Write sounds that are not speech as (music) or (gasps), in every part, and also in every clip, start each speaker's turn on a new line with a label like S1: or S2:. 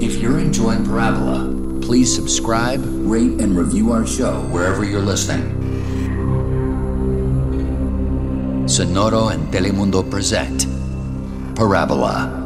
S1: If you're enjoying Parabola, please subscribe, rate, and review our show wherever you're listening. Sonoro and Telemundo present Parabola.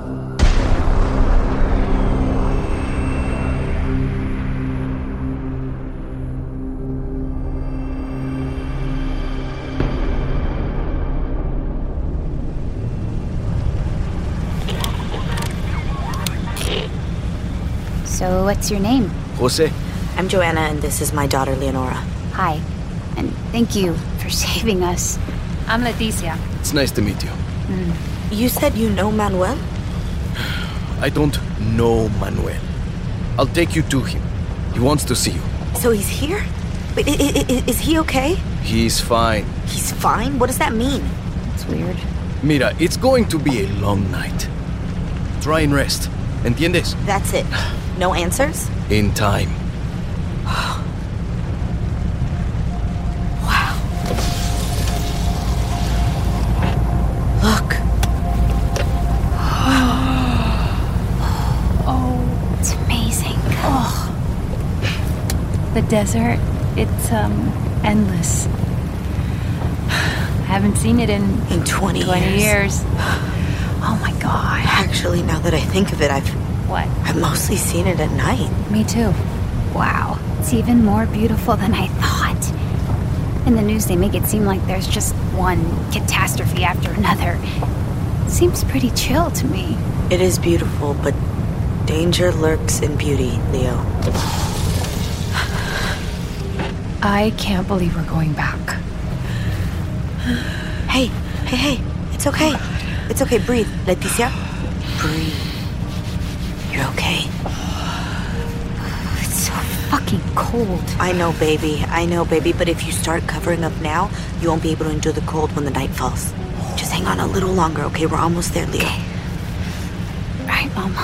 S2: So, what's your name?
S3: Jose,
S4: I'm Joanna, and this is my daughter Leonora.
S2: Hi. And thank you for (laughs) saving us.
S5: I'm Leticia.
S3: it's nice to meet you.
S4: You said you know Manuel?
S3: I don't know Manuel. I'll take you to him. He wants to see you.
S4: So he's here? But i- i- i- is he okay?
S3: He's fine.
S4: He's fine? What does that mean?
S2: It's weird.
S3: Mira, it's going to be a long night. Try and rest. ¿Entiendes?
S4: That's it. No answers?
S3: In time.
S4: Look.
S2: Oh, It's amazing.
S5: The desert, it's um endless. (sighs) I haven't seen it in
S4: In 20,
S5: 20
S2: (gasps)
S5: years. Oh my god.
S4: Actually, now that I think of it, I've,
S5: What?
S4: I've mostly seen it at night.
S5: Me too.
S2: Wow. It's even more beautiful than I thought. In the news, they make it seem like there's just one catastrophe after another. Seems pretty chill to me.
S4: It is beautiful, but danger lurks in beauty, Leo.
S5: I can't believe we're going back.
S4: Hey, hey, hey. It's okay. It's okay. Breathe, Leticia. Breathe. You're okay.
S2: It's so fucking cold.
S4: I know, baby. I know, baby. But if you start covering up now, you won't be able to endure the cold when the night falls. Just hang on a little longer, okay? We're almost there, Leo.
S2: Right, Mama?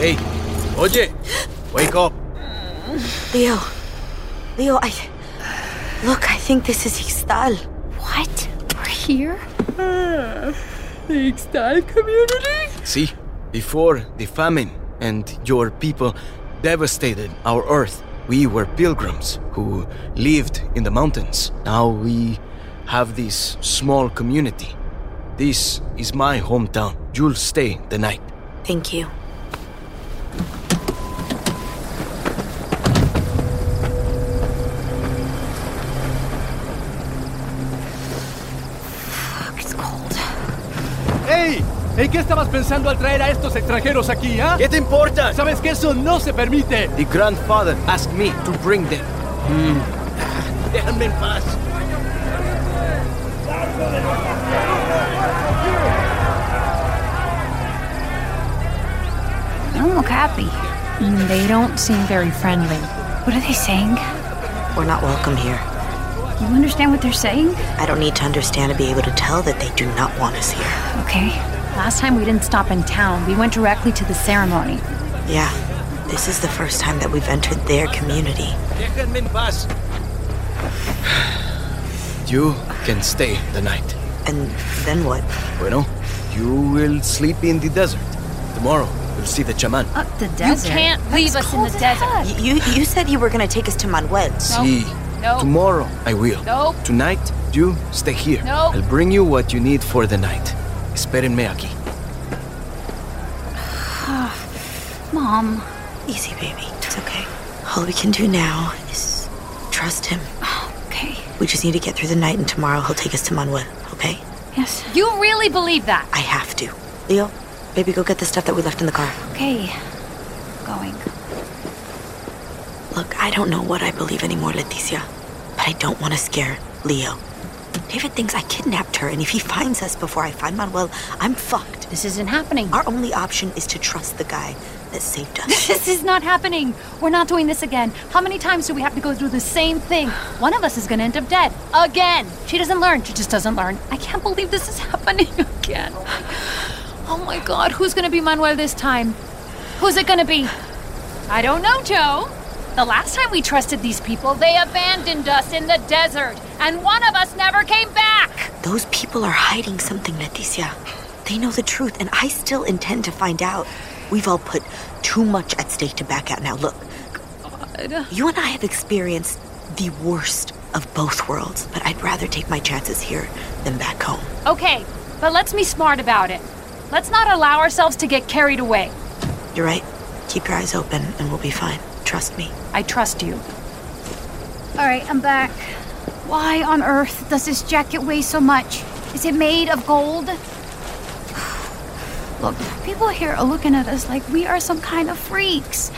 S3: Hey, oye, wake up.
S4: Leo. Leo, I. Look, I think this is Ixtal.
S2: What? We're
S5: (sighs)
S2: here?
S3: See, before the famine and your people devastated our earth, we were pilgrims who lived in the mountains. Now we have this small community. This is my hometown. You'll stay the night.
S4: Thank you.
S2: Fuck, it's cold.
S6: ¡Ey! ¿En qué estabas pensando al traer a estos extranjeros aquí, ah?
S3: It important!
S6: ¿Sabes que eso no se permite?
S3: The grandfather asked me to bring them. Déjame en paz.
S2: They don't look happy.
S5: Mm, They don't seem very friendly.
S2: What are they saying?
S4: We're not welcome here.
S2: You understand what they're saying?
S4: I don't need to understand to be able to tell that they do not want us here.
S2: Okay.
S5: Last time we didn't stop in town. We went directly to the ceremony.
S4: Yeah, this is the first time that we've entered their community.
S3: Déjame en paz. You can stay the night.
S4: And then what?
S3: Bueno, you will sleep in the desert. Tomorrow, you'll see the chaman.
S2: Up the desert.
S5: can't leave us in the desert.
S4: Y- You you said you were gonna take us to Manuel.
S3: See.
S5: Nope.
S3: Tomorrow, I will.
S5: Nope.
S3: Tonight, you stay here.
S5: Nope.
S3: I'll bring you what you need for the night. Espérenme aquí.
S2: Mom.
S4: Easy, baby. It's okay. All we can do now is trust him.
S2: Okay.
S4: We just need to get through the night, and tomorrow he'll take us to Manwa, okay?
S2: Yes. You really believe that?
S4: I have to. Leo, baby, go get the stuff that we left in the car.
S2: Okay. Going.
S4: Look, I don't know what I believe anymore, Leticia, but I don't want to scare Leo. David thinks I kidnapped her, and if he finds us before I find Manuel, I'm fucked.
S2: This isn't happening.
S4: Our only option is to trust the guy that saved us. (laughs)
S5: This is not happening. We're not doing this again. How many times do we have to go through the same thing? One of us is going to end up dead. Again. She doesn't learn. She just doesn't learn. I can't believe this is (laughs) happening again. Oh my god, who's going to be Manuel this time? Who's it going to be? I don't know, Joe. The last time we trusted these people, they abandoned us in the desert, and one of us never came back.
S4: Those people are hiding something, Leticia. They know the truth, and I still intend to find out. We've all put too much at stake to back out now. Look, you and I have experienced the worst of both worlds, but I'd rather take my chances here than back home.
S5: Okay, but let's be smart about it. Let's not allow ourselves to get carried away.
S4: You're right. Keep your eyes open, and we'll be fine. Trust me.
S5: I trust you.
S2: All right, I'm back. Why on earth does this jacket weigh so much? Is it made of gold? (sighs) Look, people here are looking at us like we are some kind of freaks.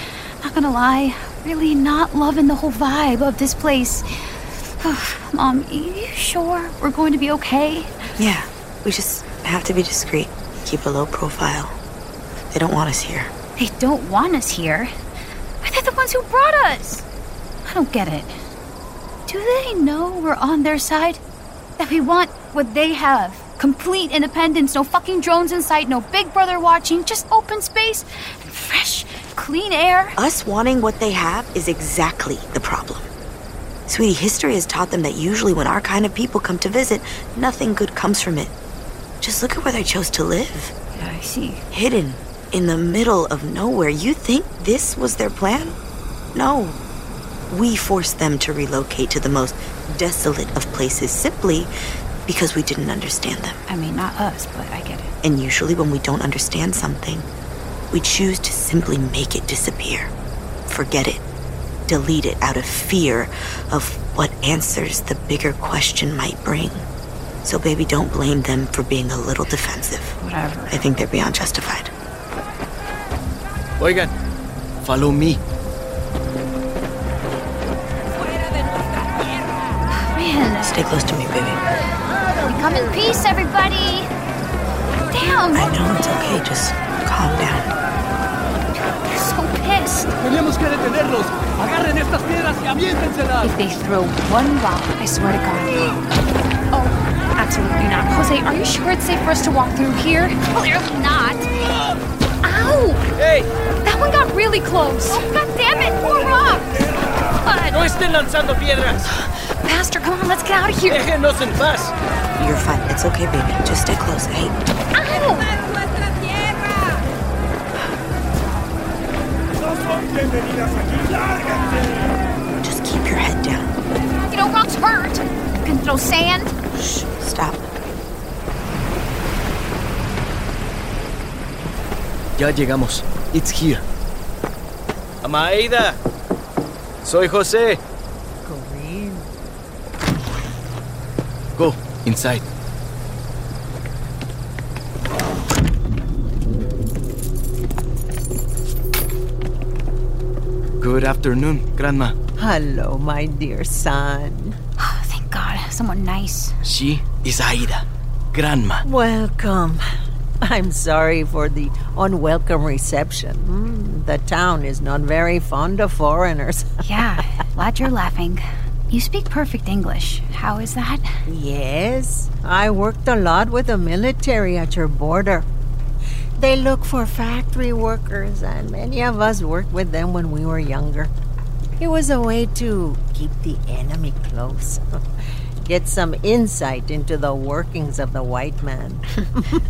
S2: Not gonna lie, really not loving the whole vibe of this place. (sighs) Mom, you sure we're going to be okay?
S4: Yeah, we just have to be discreet, keep a low profile. They don't want us here.
S2: They don't want us here. Are they the ones who brought us? I don't get it. Do they know we're on their side? That we want what they have complete independence, no fucking drones in sight, no big brother watching, just open space, and fresh, clean air.
S4: Us wanting what they have is exactly the problem. Sweetie, history has taught them that usually when our kind of people come to visit, nothing good comes from it. Just look at where they chose to live.
S2: Yeah, I see.
S4: Hidden, in the middle of nowhere. You think this was their plan? No. We forced them to relocate to the most desolate of places simply because we didn't understand them.
S2: I mean, not us, but I get it.
S4: And usually, when we don't understand something, we choose to simply make it disappear, forget it, delete it out of fear of what answers the bigger question might bring. So, baby, don't blame them for being a little defensive.
S2: Whatever.
S4: I think they're beyond justified.
S3: Oigan, follow me.
S2: Man,
S4: Stay close to me, baby.
S2: we come in peace, everybody. Damn,
S4: I
S2: I'm
S4: know it's okay. Just calm down.
S2: so pissed.
S6: Tenemos que detenerlos. Agarren estas piedras y aviéntenselas.
S5: If they throw one rock, I swear to God.
S2: Oh, absolutely not.
S5: Jose, are you sure it's safe for us to walk through here?
S2: Clearly not. Ow!
S6: ¡Ey!
S5: That one got really close.
S2: Oh, God damn it, more rocks!
S5: But,
S6: estén lanzando piedras!
S5: Pastor, come on, let's get out of here.
S6: ¡Déjenos en paz!
S4: You're fine. It's okay, baby. Just stay close. Hey,
S2: Ow!
S4: just keep your head down.
S2: You know, rocks hurt. You can throw sand.
S4: Shh. Stop.
S3: Ya llegamos. It's here. Amaida. Soy José. Go inside. Good afternoon, Grandma.
S7: Hello, my dear son.
S2: Oh, thank God, someone nice.
S3: She is Aida. Grandma.
S7: Welcome. I'm sorry for the unwelcome reception. Mm, the town is not very fond of foreigners.
S2: Yeah, glad you're laughing. You speak perfect English. How is that?
S7: yes, I worked a lot with the military at your border. They look for factory workers, and many of us worked with them when we were younger. It was a way to keep the enemy close, (laughs) get some insight into the workings of the white man.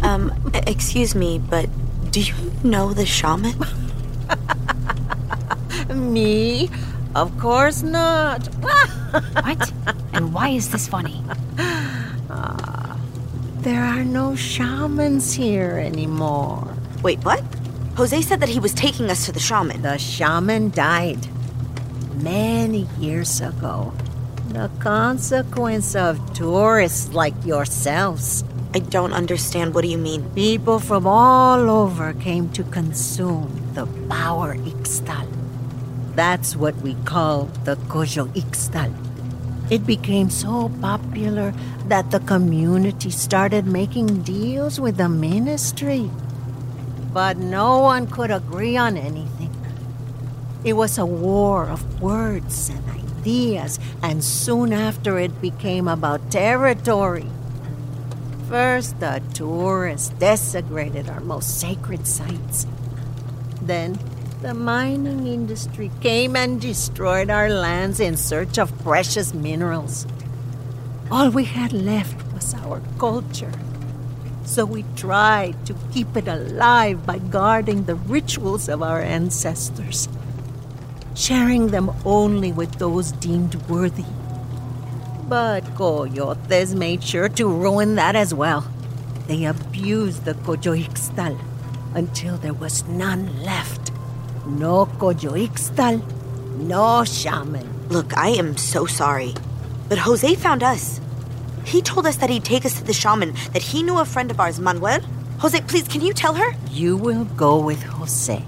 S4: Um, e- excuse me, but do you know the shaman?
S7: Me? Of course not.
S2: What? and why is this funny?
S7: There are no shamans here anymore.
S4: Wait, what? Jose said that he was taking us to the shaman.
S7: The shaman died many years ago. The consequence of tourists like yourselves.
S4: I don't understand. What do you mean?
S7: People from all over came to consume the power Ixtal. That's what we call the Kojo Ixtal. It became so popular that the community started making deals with the ministry. But no one could agree on anything. It was a war of words and ideas, and soon after it became about territory. First, the tourists desecrated our most sacred sites. Then, the mining industry came and destroyed our lands in search of precious minerals. All we had left was our culture. So we tried to keep it alive by guarding the rituals of our ancestors, sharing them only with those deemed worthy. But coyotes made sure to ruin that as well. They abused the coyoixtal until there was none left. No coyoixtal, no shaman.
S4: Look, I am so sorry. But Jose found us. He told us that he'd take us to the shaman, that he knew a friend of ours, Manuel. Jose, please, can you tell her?
S7: You will go with Jose,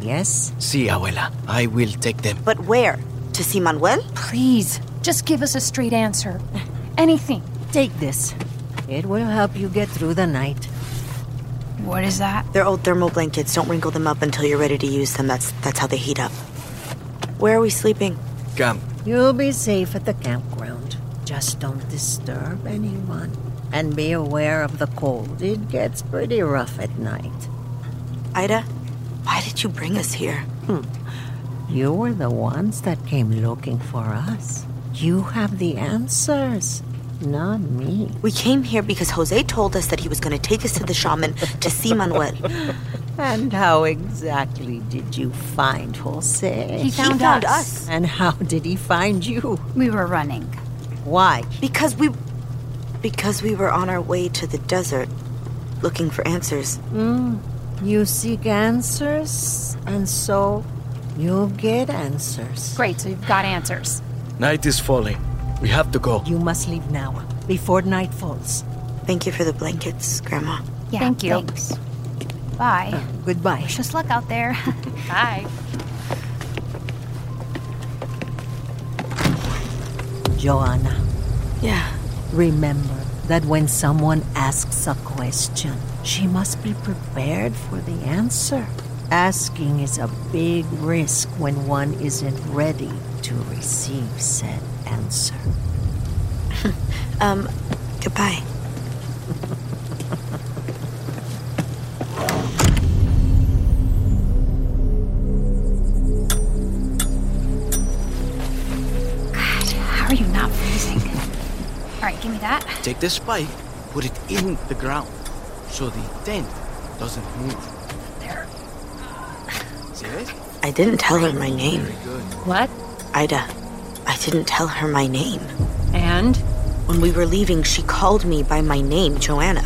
S7: yes?
S3: Si, abuela. I will take them.
S4: But where? To see Manuel?
S5: Please, just give us a straight answer. Anything.
S7: Take this. It will help you get through the night.
S2: What is that?
S4: They're old thermal blankets. Don't wrinkle them up until you're ready to use them. That's that's how they heat up. Where are we sleeping?
S3: Come.
S7: You'll be safe at the campground. Just don't disturb anyone. And be aware of the cold. It gets pretty rough at night.
S4: Ida, why did you bring us here?
S7: You were the ones that came looking for us. You have the answers, not me.
S4: We came here because Jose told us that he was going to take us to the shaman to see (laughs) Manuel.
S7: And how exactly did you find Jose?
S2: He found,
S4: he found
S2: us.
S4: us.
S7: and how did he find you?
S2: We were running.
S7: Why?
S4: Because we because we were on our way to the desert looking for answers.
S7: You seek answers, and so you'll get answers.
S5: Great, so you've got answers.
S3: Night is falling. We have to go.
S7: You must leave now, before night falls.
S4: Thank you for the blankets, Grandma.
S2: Yeah,
S5: Thank you.
S2: Thanks. Bye.
S7: Goodbye.
S2: Wish us luck out
S5: (laughs)
S2: there.
S5: Hi.
S7: Joanna,
S4: Yeah.
S7: remember that when someone asks a question, she must be prepared for the answer. Asking is a big risk when one isn't ready to receive said answer.
S4: Um goodbye.
S2: God, how are you not freezing? All right, give me that.
S3: Take the spike, put it in the ground, so the tent doesn't move.
S2: There.
S3: See it?
S4: I didn't tell her my name.
S5: What?
S4: Ida. I didn't tell her my name.
S5: And?
S4: When we were leaving, she called me by my name, Joanna.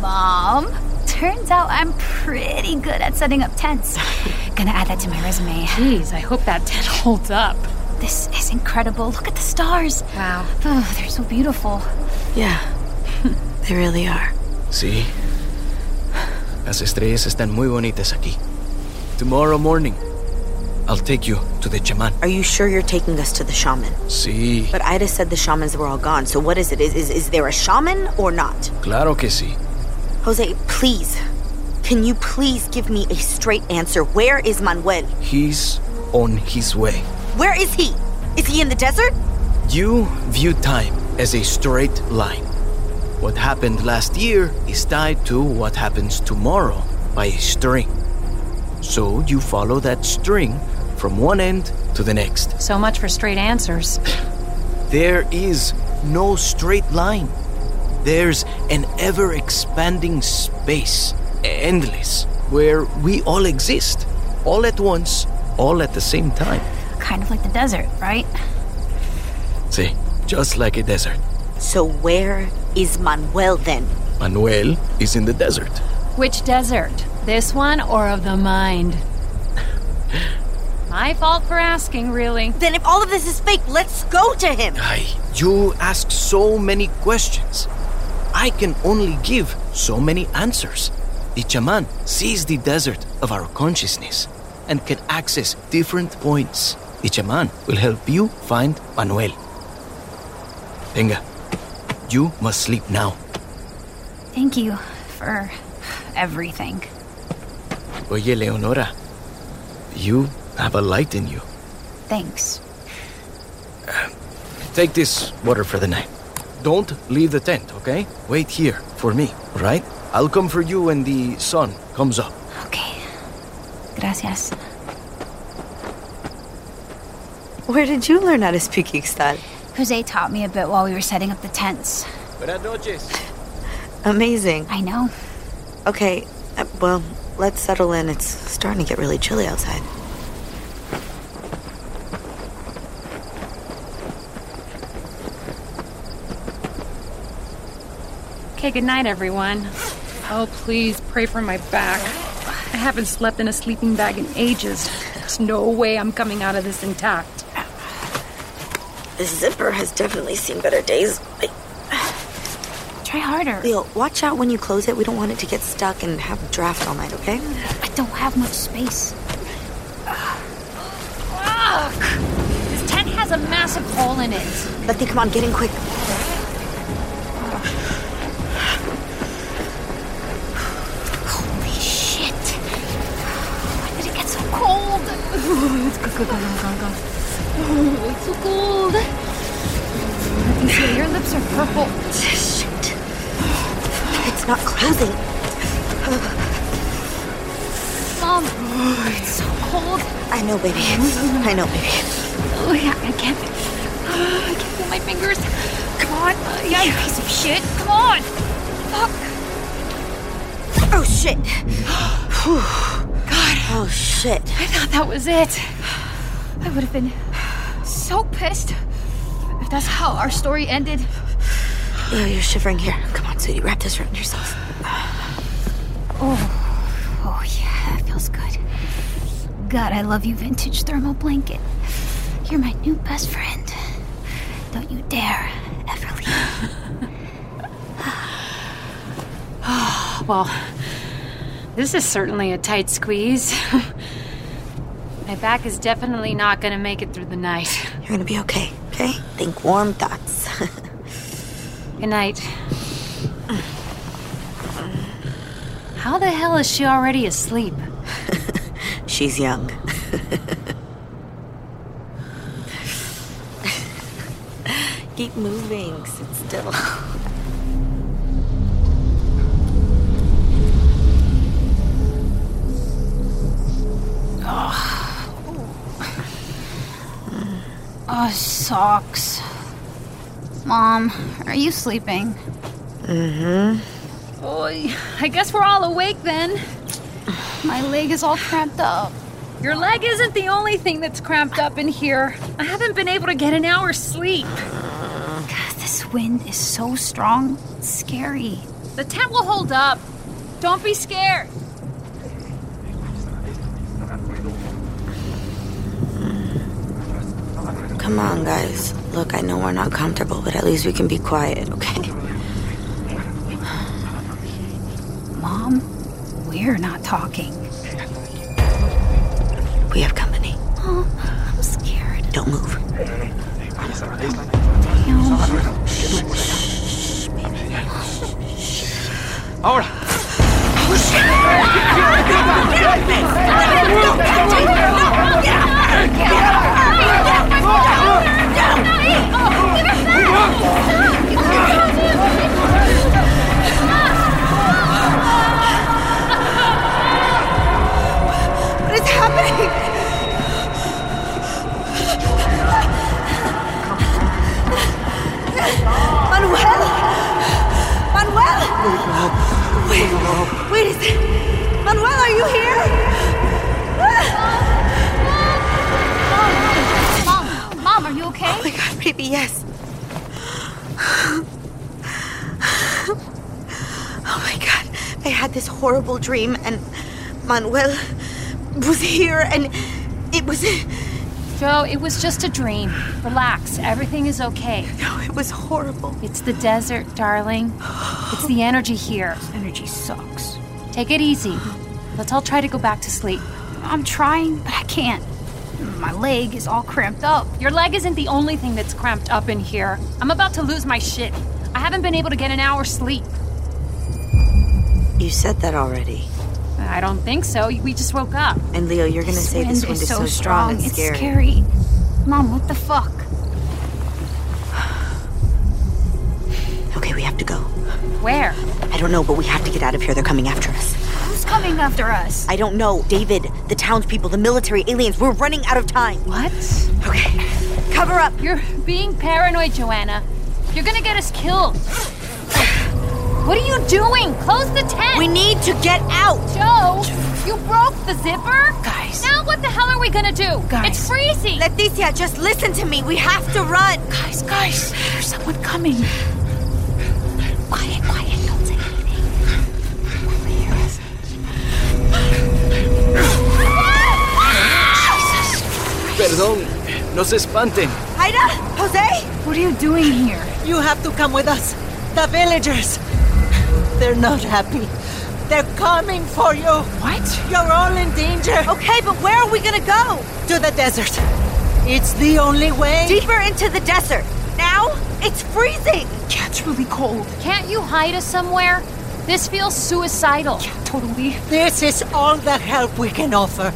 S2: Mom, turns out I'm pretty good at setting up tents. Gonna add that to my resume.
S5: Geez, I hope that tent (laughs) holds up.
S2: This is incredible. Look at the stars.
S5: Wow.
S2: Oh, they're so beautiful.
S4: Yeah. (laughs) they really are.
S3: Sí. Las estrellas están muy bonitas aquí. Tomorrow morning, I'll take you to the chamán.
S4: Are you sure you're taking us to the shaman?
S3: Sí,
S4: But Ida said the shamans were all gone, so what is it? Is, is, is there a shaman or not?
S3: claro que sí.
S4: Jose, please. Can you please give me a straight answer? Where is Manuel?
S3: He's on his way.
S4: Where is he? Is he in the desert?
S3: You view time as a straight line. What happened last year is tied to what happens tomorrow by a string. So you follow that string from one end to the next.
S5: So much for straight answers.
S3: There is no straight line. There's an ever expanding space, endless, where we all exist, all at once, all at the same time.
S2: Kind of like the desert, right?
S3: See, just like a desert.
S4: So where is Manuel then?
S3: Manuel is in the desert.
S5: Which desert? This one or of the mind? My fault for asking, really.
S4: Then if all of this is fake, let's go to him.
S3: Ay, you ask so many questions. I can only give so many answers. The shaman sees the desert of our consciousness and can access different points. The shaman will help you find Manuel. Venga, you must sleep now.
S2: Thank you for everything.
S3: Oye, Leonora, you have a light in you.
S2: Thanks.
S3: Take this water for the night. Don't leave the tent, okay? Wait here for me, all right? I'll come for you when the sun comes up.
S2: Okay. Gracias.
S4: Where did you learn how to speak Ixtal?
S2: Jose taught me a bit while we were setting up the tents.
S3: Buenas noches.
S4: Amazing.
S2: I know.
S4: Okay, uh, well, let's settle in. It's starting to get really chilly outside.
S5: Okay, good night, everyone. Oh, please pray for my back. I haven't slept in a sleeping bag in ages. There's no way I'm coming out of this intact.
S4: This zipper has definitely seen better days. Wait,
S2: Try harder.
S4: Leo, watch out when you close it. We don't want it to get stuck and have a draft all night, okay?
S2: I don't have much space.
S5: Ugh! This tent has a massive hole in it.
S4: Letty, come on, get in quick.
S2: Holy shit! Why did it get so cold? It's go, go, go, go, go, go. Oh, it's so cold. I can see your lips are purple.
S4: Shit. It's not closing.
S2: Mom, it's so cold.
S4: I know, baby. I know, baby.
S2: Oh, yeah, I can't. oh, I can't feel my fingers. Come on. Yeah, you piece of shit. Come on. Fuck.
S4: Oh, shit. Whew. Oh, shit.
S5: I thought that was it.
S2: I would have been so pissed if that's how our story ended.
S4: Leo, you're shivering here. Come on, sweetie, wrap this around yourself.
S2: Oh, yeah, that feels good. God, I love you, vintage thermal blanket. You're my new best friend. Don't you dare ever leave.
S5: Well, this is certainly a tight squeeze. (laughs) my back is definitely not gonna make it through the night.
S4: You're gonna be okay, okay? Think warm thoughts. (laughs)
S5: Good night. How the hell is she already asleep?
S4: She's young. (laughs) Keep moving, sit still.
S2: Oh, socks. Mom, are you sleeping?
S5: Oy, I guess we're all awake then.
S2: My leg is all cramped up.
S5: Your leg isn't the only thing that's cramped up in here. I haven't been able to get an hour's sleep.
S2: God, this wind is so strong. It's scary.
S5: The tent will hold up. Don't be scared.
S4: Come on, guys. Look, I know we're not comfortable, but at least we can be quiet, okay?
S2: Mom, we're not talking.
S4: We have company.
S2: Oh, I'm scared.
S4: Don't move.
S6: Ahora,
S4: What is happening? Manuel! Manuel! Wait, wait a sec. Manuel, are you here?
S2: Mom, Mom, are you okay?
S4: Oh my god, baby, yes. Oh my god, I had this horrible dream and Manuel was here and It was.
S5: Joe, it was just a dream. Relax. Everything is okay.
S4: No, it was horrible.
S5: It's the desert, darling. It's the energy here.
S4: Energy sucks.
S5: Take it easy. Let's all try to go back to sleep.
S2: I'm trying, but I can't. My leg is all cramped up.
S5: Your leg isn't the only thing that's cramped up in here. I'm about to lose my shit. I haven't been able to get an hour's sleep.
S4: You said that already.
S5: I don't think so. We just woke up.
S4: And Leo, you're gonna say this wind is so, strong, it's scary.
S2: scary. Mom, what the fuck?
S4: Okay, we have to go.
S5: Where?
S4: I don't know, but we have to get out of here. They're coming after us.
S2: Who's coming after us?
S4: I don't know. David, the townspeople, the military, aliens. We're running out of time.
S5: What?
S4: Okay. Cover up.
S5: You're being paranoid, Joanna. You're gonna get us killed. What are you doing? Close the tent!
S4: We need to get out.
S5: Joe, you broke the zipper?
S4: Guys.
S5: Now what the hell are we gonna do?
S4: Guys.
S5: It's freezing!
S4: Leticia, just listen to me. We have to run.
S2: Guys, guys, there's someone coming. Quiet, quiet, don't say anything. Won't they hear us?
S3: Perdón, no se espanten.
S4: Haida, Jose.
S2: What are you doing here?
S7: You have to come with us. The villagers. They're not happy. They're coming for you.
S2: What?
S7: You're all in danger.
S4: Okay, but where are we gonna go?
S7: To the desert. It's the only way.
S4: Deeper into the desert. Now? It's freezing.
S2: Yeah, it's really cold.
S5: Can't you hide us somewhere? This feels suicidal.
S2: Totally.
S7: This is all the help we can offer.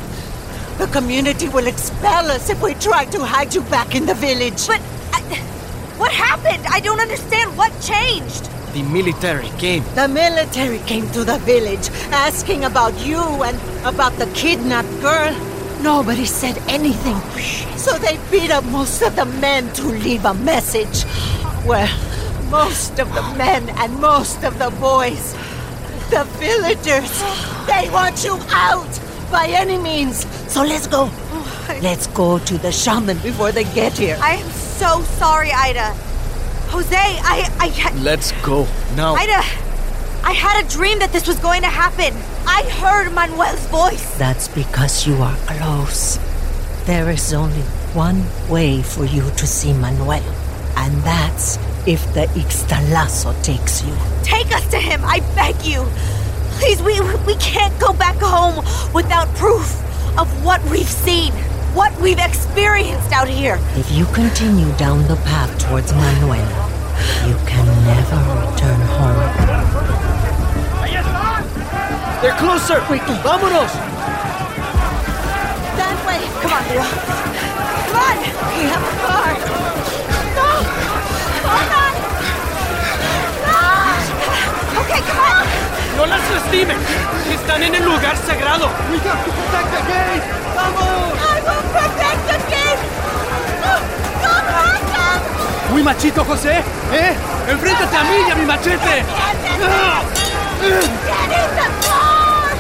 S7: The community will expel us if we try to hide you back in the village.
S4: But I, what happened? I don't understand what changed.
S3: The military came.
S7: The military came to the village asking about you and about the kidnapped girl. Nobody said anything. So they beat up most of the men to leave a message. Well, most of the men and most of the boys. The villagers. They want you out by any means. So let's go. Let's go to the shaman before they get here.
S4: I am so sorry, Ida. Jose, I, I, ha-
S3: Let's go now.
S4: Ida, I had a dream that this was going to happen. I heard Manuel's voice.
S7: That's because you are close. There is only one way for you to see Manuel, and that's if the Ixtalazo takes you.
S4: Take us to him, I beg you. Please, we we can't go back home without proof of what we've seen, what we've experienced out here.
S7: If you continue down the path towards Manuel, you can never return home.
S3: They're closer.
S7: Quickly.
S3: Vámonos.
S4: That way. Come on, Leo. Come on. We have a car. No. Hold on. No. Okay, come on.
S6: ¡No las lastimen! ¡Están en el lugar sagrado! ¡We have to protect the gate! ¡Vamos!
S4: I will protect the king. No. Don't hurt them.
S6: ¡Muy machito, José! ¡Eh! ¡Enfréntate a mí y a mi machete! ¡Ah!
S4: Get in the car.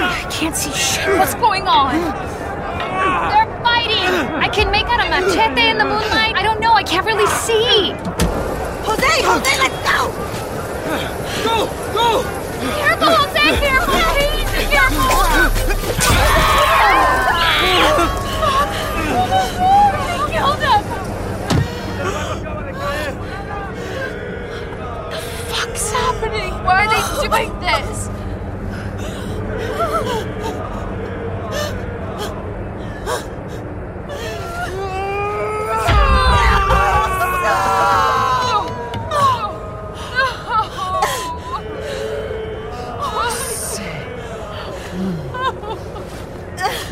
S2: I can't see shit.
S5: What's going on? They're fighting! I can make out a machete in the moonlight. I don't know, I can't really see.
S4: Jose, Jose, let's go.
S6: ¡Go! ¡Go!
S5: Careful, Jose! Careful, please! Careful! They killed him!
S2: Fuck's happening?
S5: Why are they doing this?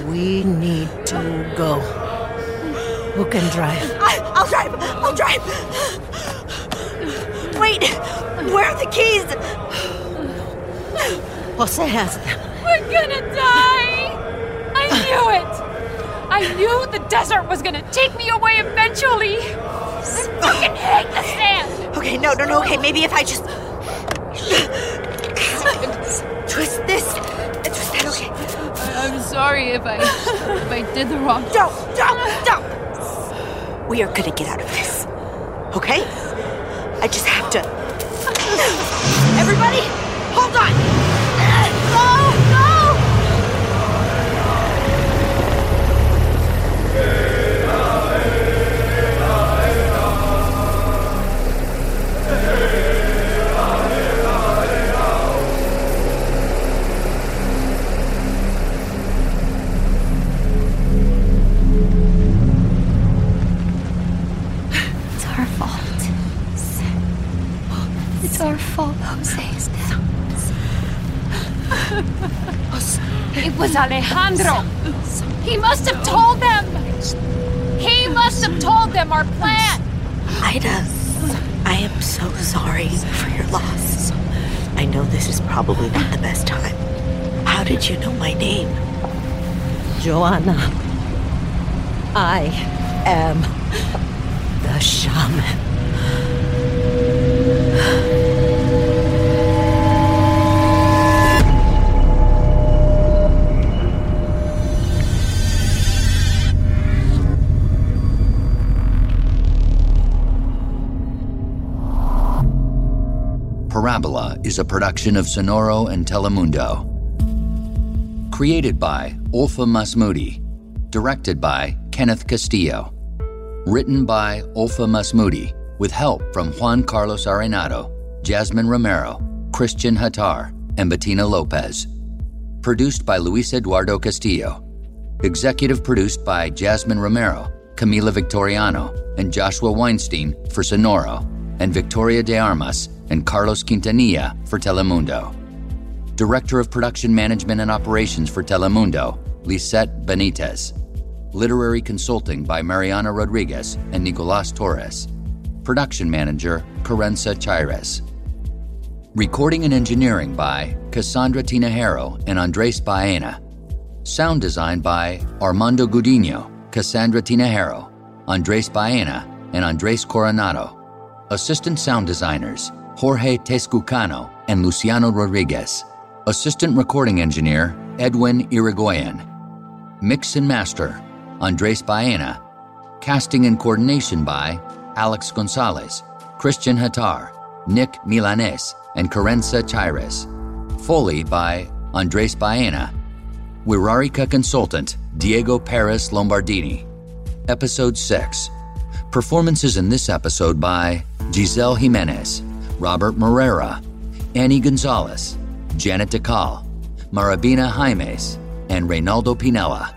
S7: We need to go. Who can drive?
S4: I, I'll drive. I'll drive. Wait. Where are the keys?
S7: Jose has them.
S5: We're gonna die! I knew it! I knew the desert was gonna take me away eventually! I fucking hate the sand!
S4: Okay, no, no, no. Okay, maybe if I just twist this. Twist that. Okay.
S5: I'm sorry if I if I did the wrong
S4: Don't, don't, don't. We are gonna get out of this. Okay? I just have to. Ah! Everybody, hold on. No, no.
S5: was Alejandro. He must have told them. He must have told them our plan.
S4: Ida, I am so sorry for your loss. I know this is probably not the best time. How did you know my name?
S7: Joanna, I am the shaman.
S1: Parabola is a production of Sonoro and Telemundo. Created by Olfa Masmoudi. Directed by Kenneth Castillo. Written by Olfa Masmoudi, with help from Juan Carlos Arenado, Jasmine Romero, Christian Hattar, and Bettina Lopez. Produced by Luis Eduardo Castillo. Executive produced by Jasmine Romero, Camila Victoriano, and Joshua Weinstein for Sonoro, and Victoria de Armas and Carlos Quintanilla for Telemundo. Director of Production Management and Operations for Telemundo, Lisette Benitez. Literary Consulting by Mariana Rodriguez and Nicolas Torres. Production Manager, Carenza Chires. Recording and Engineering by Cassandra Tinajero and Andres Baena. Sound Design by Armando Gudino, Cassandra Tinajero, Andres Baena, and Andres Coronado. Assistant Sound Designers, Jorge Tezcucano and Luciano Rodriguez. Assistant Recording Engineer, Edwin Irigoyen. Mix and Master, Andres Baena. Casting and Coordination by Alex Gonzalez, Christian Hattar, Nick Milanes, and Carenza Chires. Foley by Andres Baena. Wirarica Consultant, Diego Perez Lombardini. Episode 6. Performances in this episode by Giselle Jimenez, Robert Morera, Annie Gonzalez, Janet DeCall, Marabina Jaimes, and Reynaldo Pinella.